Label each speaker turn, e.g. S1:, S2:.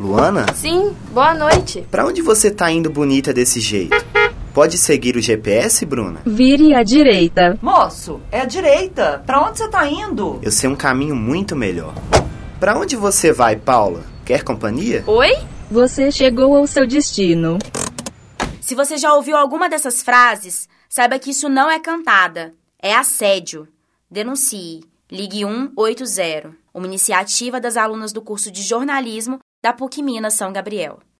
S1: Luana?
S2: Sim, boa noite.
S1: Pra onde você tá indo bonita desse jeito? Pode seguir o GPS, Bruna?
S3: Vire à direita.
S4: Moço, é a direita. Pra onde você tá indo?
S1: Eu sei um caminho muito melhor. Pra onde você vai, Paula? Quer companhia?
S2: Oi?
S3: Você chegou ao seu destino.
S5: Se você já ouviu alguma dessas frases, saiba que isso não é cantada, é assédio. Denuncie. Ligue 180, uma iniciativa das alunas do curso de jornalismo da PUC Minas São Gabriel.